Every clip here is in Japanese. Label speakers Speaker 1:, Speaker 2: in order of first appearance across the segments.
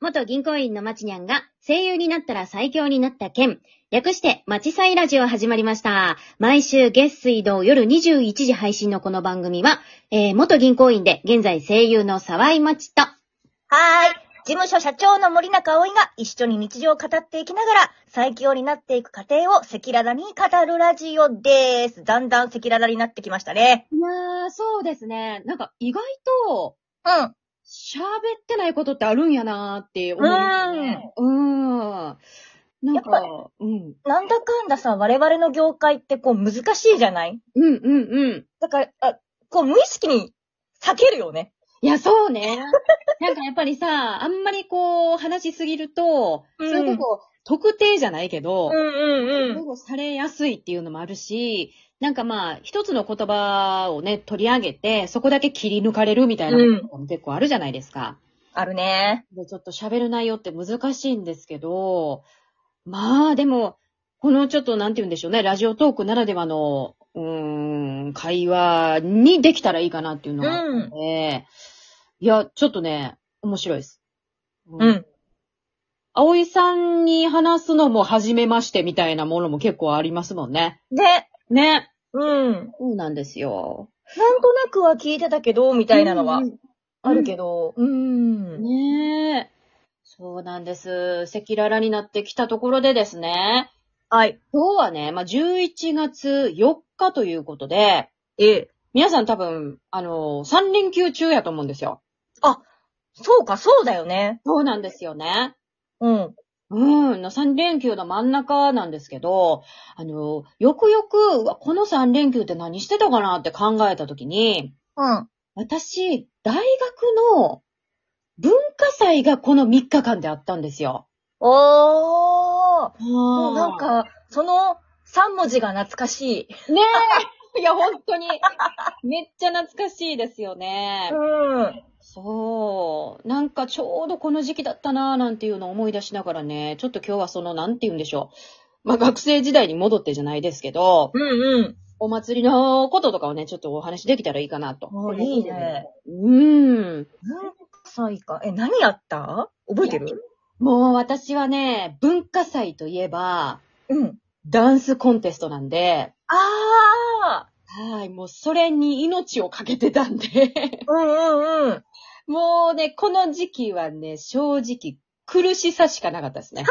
Speaker 1: 元銀行員のまちにゃんが、声優になったら最強になった件、略して、まちさいラジオ始まりました。毎週月水道夜21時配信のこの番組は、えー、元銀行員で、現在声優の沢井まちと、
Speaker 2: はーい。事務所社長の森中葵が一緒に日常を語っていきながら、最強になっていく過程を赤裸々に語るラジオです。だんだん赤裸々になってきましたね。
Speaker 1: いやー、そうですね。なんか意外と、
Speaker 2: うん。
Speaker 1: 喋ってないことってあるんやなーって思いますね。うーん。なん
Speaker 2: やっ
Speaker 1: か、うん。
Speaker 2: なんだかんださ、我々の業界ってこう難しいじゃない
Speaker 1: うんうんうん。
Speaker 2: だから、あ、こう無意識に避けるよね。
Speaker 1: いや、そうね。 なんかやっぱりさ、あんまりこう、話しすぎると、
Speaker 2: うん
Speaker 1: そういうとこ、特定じゃないけど、
Speaker 2: ん
Speaker 1: 保。護されやすいっていうのもあるし、なんかまあ、一つの言葉をね、取り上げて、そこだけ切り抜かれるみたいな
Speaker 2: うん
Speaker 1: ことも結構あるじゃないですか。
Speaker 2: あるね。
Speaker 1: で、ちょっと喋る内容って難しいんですけど、まあでも、このちょっとなんて言うんでしょうね、ラジオトークならではの、うーん、会話にできたらいいかなっていうのがあったので、いや、ちょっとね、面白いです。う
Speaker 2: うん。
Speaker 1: 葵さんに話すのも初めましてみたいなものも結構ありますもんね。
Speaker 2: で、
Speaker 1: ね。
Speaker 2: うん。
Speaker 1: そうなんですよ。
Speaker 2: なんとなくは聞いてたけど、み
Speaker 1: み
Speaker 2: たいなのはあるけど、うん。
Speaker 1: ねえ。そうなんです。赤裸々になってきたところでですね。
Speaker 2: はい。
Speaker 1: 今日はね、まあ、11月4日ということで、
Speaker 2: ええ。
Speaker 1: 皆さん多分、あの3連休中やと思うんですよ。
Speaker 2: そうか、そうだよね。
Speaker 1: そうなんですよね。
Speaker 2: うん。
Speaker 1: うん、の3連休の真ん中なんですけど、あのよくよく、うわこの3連休って何してたかなって考えたときに、
Speaker 2: うん。
Speaker 1: 私、大学の文化祭がこの3日間であったんですよ。
Speaker 2: おー。も
Speaker 1: も
Speaker 2: うなん、か、その3文字が懐かしい。
Speaker 1: ねえ。いや、本当に。めっちゃ懐かしいですよね。
Speaker 2: ん。
Speaker 1: そう。なんかちょうどこの時期だったなぁなんていうのを思い出しながらね、ちょっと今日はその、なんて言うんでしょう。まあ、学生時代に戻ってじゃないですけど、
Speaker 2: うんうん。
Speaker 1: お祭りのこととかをね、ちょっとお話できたらいいかなと。
Speaker 2: おーいいね。
Speaker 1: うん。
Speaker 2: 文化祭か。え、何やった覚えてる
Speaker 1: もう私はね、文化祭といえば、
Speaker 2: うん。
Speaker 1: ダンスコンテストなんで、
Speaker 2: あ
Speaker 1: はい、もうそれに命を懸けてたんで、
Speaker 2: ーうんうんうん。
Speaker 1: もうね、この時期はね、正直、苦しさしかなかったですね。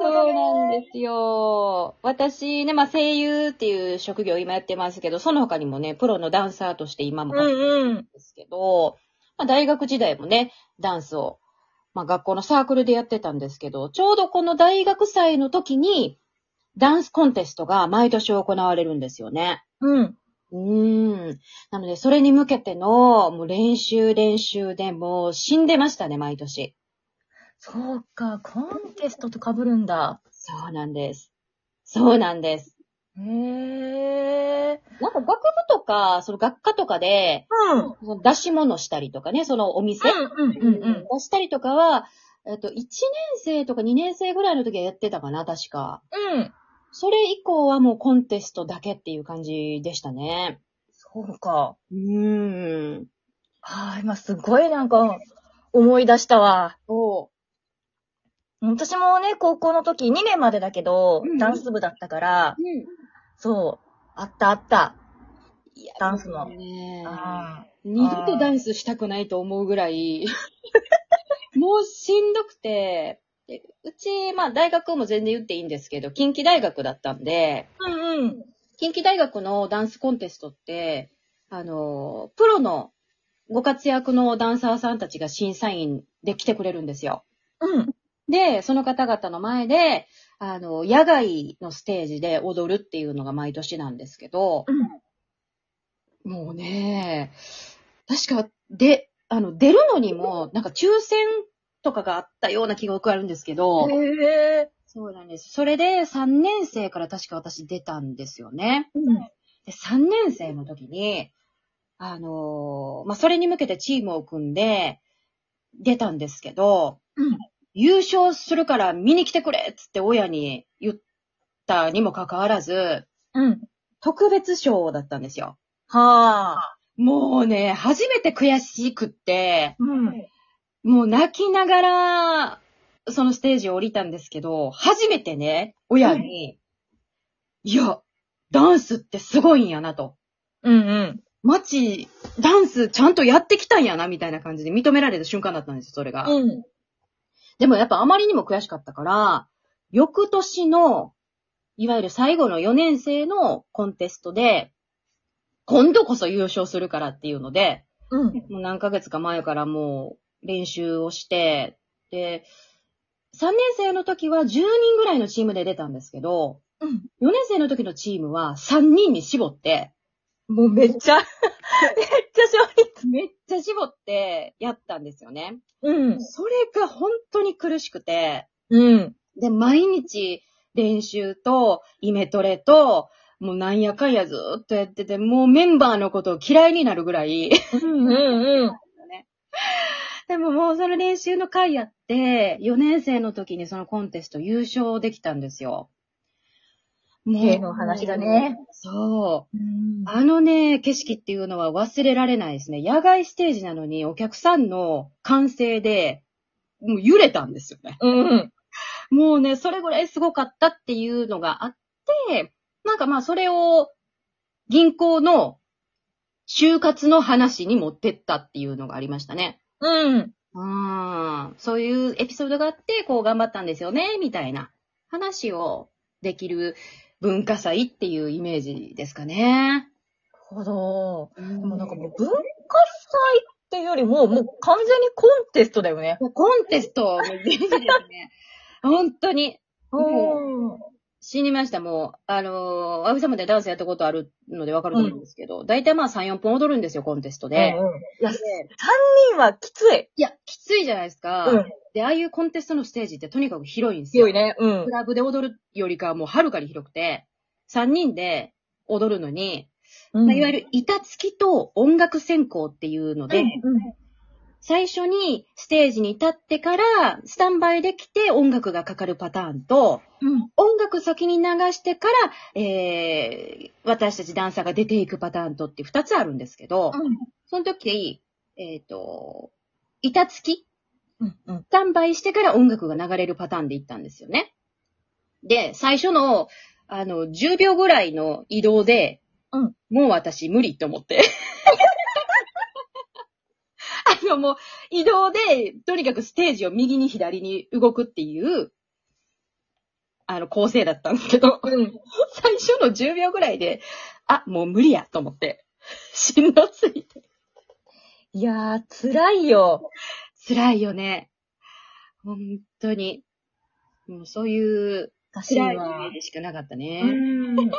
Speaker 1: そうなん
Speaker 2: す。
Speaker 1: ですよ。私ね、まあ声優っていう職業を今やってますけど、その他にもね、プロのダンサーとして今も
Speaker 2: う
Speaker 1: 活躍して
Speaker 2: んうん。
Speaker 1: ですけど、まあ大学時代もね、ダンスを、まあ学校のサークルでやってたんですけど、ちょうどこの大学祭の時に、ダンスコンテストが毎年行われるんですよね。
Speaker 2: うん。
Speaker 1: うーん。なので、それに向けての、もう練習練習でもう死んでましたね、毎年。
Speaker 2: そうか、コンテストと被るんだ。
Speaker 1: そうなんです。そうなんです。
Speaker 2: へえ。
Speaker 1: なんか学部とか、その学科とかで、
Speaker 2: うん。うん
Speaker 1: その出し物したりとかね、そのお店、
Speaker 2: うんうんうん。
Speaker 1: 出したりとかは、えっと、1年生とか2年生ぐらいの時はやってたかな、確か。
Speaker 2: うん。
Speaker 1: それ以降はもうコンテストだけっていう感じでしたね。
Speaker 2: そうか。
Speaker 1: うーん。
Speaker 2: はーい、今すごいなんか、思い出したわ。
Speaker 1: お
Speaker 2: 私もね、高校の時2年までだけど、
Speaker 1: うん
Speaker 2: ダンス部だったから、
Speaker 1: うん。
Speaker 2: そう、あったあった。
Speaker 1: いや、
Speaker 2: ダンスの
Speaker 1: もうね
Speaker 2: あ
Speaker 1: 二度とダンスしたくないと思うぐら い、もうしんどくて、でうち、まあ大学も全然言っていいんですけど、近畿大学だったんで、
Speaker 2: ーうんうん。
Speaker 1: 近畿大学のダンスコンテストって、あの、プロのご活躍のダンサーさんたちが審査員で来てくれるんですよ。
Speaker 2: うん。
Speaker 1: で、その方々の前で、あの、野外のステージで踊るっていうのが毎年なんですけど、もうね、確か、で、あの、出るのにも、なんか抽選とかがあったような記憶があるんですけど、
Speaker 2: うん。へえ。
Speaker 1: そうなんです。それで3年生から確か私出たんですよね。
Speaker 2: うん。
Speaker 1: で、3年生の時に、あのーまあ、それに向けてチームを組んで、出たんですけど、
Speaker 2: うん
Speaker 1: 優勝するから見に来てくれっつって親に言ったにもかかわらず、
Speaker 2: うん。
Speaker 1: 特別賞だったんですよ。
Speaker 2: はあ。
Speaker 1: もうね、初めて悔しくって、
Speaker 2: うん。
Speaker 1: もう泣きながら、そのステージを降りたんですけど、初めてね、親に、いや、ダンスってすごいんやなと。
Speaker 2: うんうん。
Speaker 1: マチ、ダンスちゃんとやってきたんやな、みたいな感じで認められた瞬間だったんですよ、それが。
Speaker 2: うん。
Speaker 1: でもやっぱあまりにも悔しかったから、翌年の、いわゆる最後の4年生のコンテストで、今度こそ優勝するからっていうので、
Speaker 2: うん。
Speaker 1: もう何ヶ月か前からもう練習をして、で、3年生の時は10人ぐらいのチームで出たんですけど、
Speaker 2: うん。
Speaker 1: 4年生の時のチームは3人に絞って、
Speaker 2: もうめっちゃ、めっちゃ勝利。
Speaker 1: めっちゃ絞ってやったんですよね。
Speaker 2: うん。
Speaker 1: それが本当に苦しくて、
Speaker 2: うん。
Speaker 1: で、毎日練習とイメトレと、もうなんやかんやずーっとやってて、もうメンバーのことを嫌いになるぐらい。
Speaker 2: うんうんうん。
Speaker 1: でももうその練習の回やって、4年生の時にそのコンテスト優勝できたんですよ。も
Speaker 2: 芸の話だね。
Speaker 1: そう。
Speaker 2: うん
Speaker 1: あのね、景色っていうのは忘れられないですね。野外ステージなのにお客さんの歓声で、もう揺れたんですよね。
Speaker 2: うん。
Speaker 1: もうね、それぐらいすごかったっていうのがあって、なんかまあそれを銀行の就活の話に持ってったっていうのがありましたね。
Speaker 2: うん。
Speaker 1: うん。そういうエピソードがあって、こう頑張ったんですよね、みたいな話をできる文化祭っていうイメージですかね。
Speaker 2: ほど。
Speaker 1: で
Speaker 2: でもなんかも
Speaker 1: も
Speaker 2: う文化祭っていうよりも、もう完全にコンテストだよね。
Speaker 1: うコンテストのイメージです ね。本当に。
Speaker 2: うん。
Speaker 1: 死にました、もう。あのー、あぶさまでダンスやったことあるのでわかると思うんですけど、大体まあ3、4分踊るんですよ、コンテストで。
Speaker 2: うんうんいや、3
Speaker 1: で
Speaker 2: 人はきつい。
Speaker 1: いや、きついじゃないですか。
Speaker 2: うん。
Speaker 1: で、ああいうコンテストのステージってとにかく広いんですよ。
Speaker 2: 強いね。うん
Speaker 1: ク。ラブで踊るよりかはもうはるかに広くて、3人で踊るのに、まあ、いわゆる板付きと音楽専攻っていうので、最初にステージに立ってから、スタンバイできて音楽がかかるパターンと、
Speaker 2: うん。
Speaker 1: 音楽先に流してから、えー、私たちダンサーが出ていくパターンとって二つあるんですけど、その時、えっ、と、板付き、
Speaker 2: うん。うん。
Speaker 1: スタンバイしてから音楽が流れるパターンで行ったんですよね。で、最初の、あの、10秒ぐらいの移動で、
Speaker 2: うん
Speaker 1: もう私無理と思って。 あの、もう移動で、とにかくステージを右に左に動くっていう、あの、構成だったんですけど。
Speaker 2: うん。
Speaker 1: 最初の10秒ぐらいで、あ、もう無理やと思って、しんどすぎて。
Speaker 2: いやー、辛いよ。
Speaker 1: 辛いよね。本当に。もうそういう
Speaker 2: 私
Speaker 1: 辛いイメージしかなかった
Speaker 2: う
Speaker 1: ね。
Speaker 2: ん。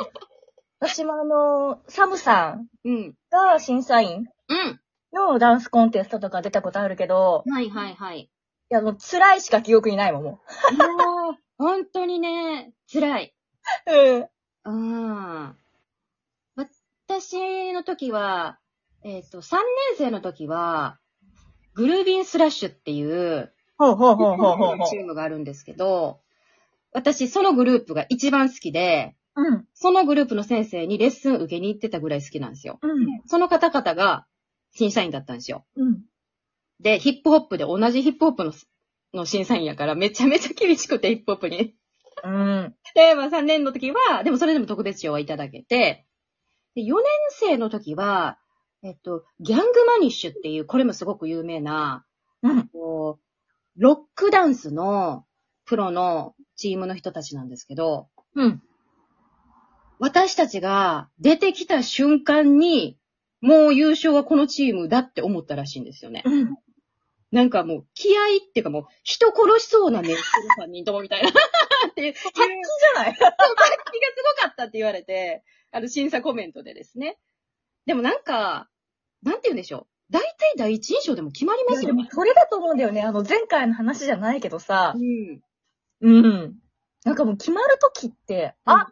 Speaker 2: 私もあの、サムさん
Speaker 1: うん。
Speaker 2: が審査員
Speaker 1: うん。
Speaker 2: のダンスコンテストとか出たことあるけど、
Speaker 1: はいはいはい。
Speaker 2: いや、もう辛いしか記憶にないもん、も
Speaker 1: いやー本当にね、辛い。
Speaker 2: う。うん。
Speaker 1: うん。私の時は、えっ、と、3年生の時は、グルービンスラッシュっていう、
Speaker 2: ほうほうほうほうほうほ
Speaker 1: チームがあるんですけど、私そのグループが一番好きで、
Speaker 2: う。うん。
Speaker 1: そのグループの先生にレッスン受けに行ってたぐらい好きなんですよ。
Speaker 2: うん。
Speaker 1: その方々が審査員だったんですよ。
Speaker 2: うん。
Speaker 1: で、ヒップホップで同じヒップホップのの審査員やからめちゃめちゃ厳しくて、ヒップホップに。
Speaker 2: うん。
Speaker 1: で、まあ3年の時は、でもそれでも特別賞はいただけて、で4年生の時は、えっと、ギャングマニッシュっていう、これもすごく有名な、
Speaker 2: うん。
Speaker 1: こう、ロックダンスのプロのチームの人たちなんですけど、
Speaker 2: うん。
Speaker 1: 私たちが出てきた瞬間に、もう優勝はこのチームだって思ったらしいんですよね。
Speaker 2: うん。
Speaker 1: なんかもう気合っていうかもう人殺しそうな目してる3人ともみたいな。 っていう、発揮
Speaker 2: じゃない
Speaker 1: がすごかったって言われて、あの審査コメントでですね。でもなんか、なんて言うんでしょう。大体第一印象でも決まり
Speaker 2: い
Speaker 1: ま
Speaker 2: や
Speaker 1: す
Speaker 2: で
Speaker 1: よ
Speaker 2: も
Speaker 1: ね。
Speaker 2: それだと思うんだよね。あの、前回の話じゃないけどさ
Speaker 1: う、ん。
Speaker 2: うん。なんかもう決まるときって、
Speaker 1: うん
Speaker 2: あ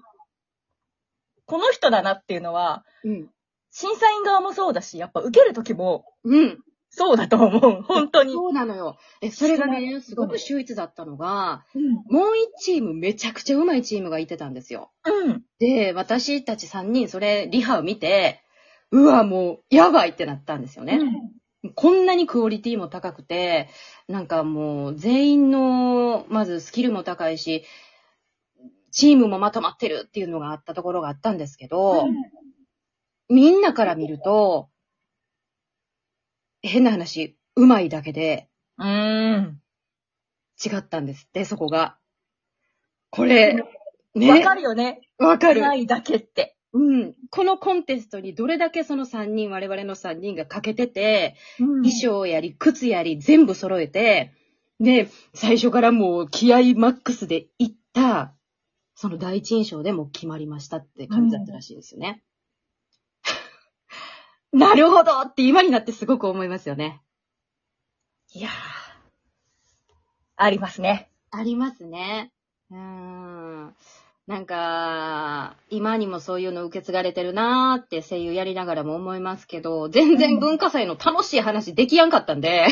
Speaker 2: この人だなっていうのは、
Speaker 1: うん。
Speaker 2: 審査員側もそうだし、やっぱ受けるときも
Speaker 1: うん。
Speaker 2: そうだと 思う。本当に。
Speaker 1: そうなのよ。え、それがね、すごく秀逸だったのが、
Speaker 2: うん。
Speaker 1: もう一チームめちゃくちゃ上手いチームがいてたんですよ。
Speaker 2: うん。
Speaker 1: で、私たち3人、それ、リハを見て、うわ、もう、やばいってなったんですよね。
Speaker 2: うん
Speaker 1: こんなにクオリティも高くて、なんかもう全員の、まずスキルも高いし、チームもまとまってるっていうのがあったところがあったんですけど、みんなから見ると、変な話、うまいだけで
Speaker 2: うん。
Speaker 1: 違ったんですって、そこが。これ、ね。
Speaker 2: わかるよね。
Speaker 1: わかる。
Speaker 2: ないだけって。
Speaker 1: うん。このコンテストにどれだけその3人、我々の3人がかけてて、衣装やり、靴やり、全部揃えて、で、最初からもう気合マックスで行った、その第一印象でもう決まりましたって感じだったらしいですよ ね。なるほどって今になってすごく思いますよね。
Speaker 2: いやー。ありますね。
Speaker 1: ありますね。うーん。なんか、今にもそういうの受け継がれてるなーって声優やりながらも思いますけど、全然文化祭の楽しい話できやんかったんで。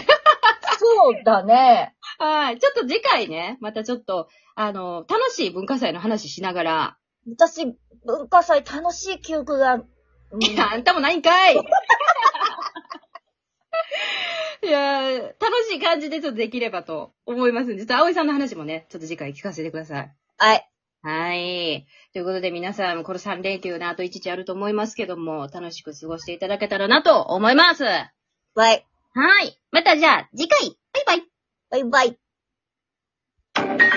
Speaker 2: そうだね。
Speaker 1: はい。ちょっと次回ね、またちょっと、あの、楽しい文化祭の話しながら、
Speaker 2: 私、文化祭楽しい記憶が、 うん
Speaker 1: いや、あんたもないんかい いやー、楽しい感じでちょっとできればと思いますんで、ちょっと葵さんの話もね、ちょっと次回聞かせてください。
Speaker 2: はい。
Speaker 1: はい。ということで皆さん、この3連休のあと1日あると思いますけども、楽しく過ごしていただけたらなと思います。は
Speaker 2: はい。
Speaker 1: い。またじゃあ、次回バイバイ
Speaker 2: バイバイ。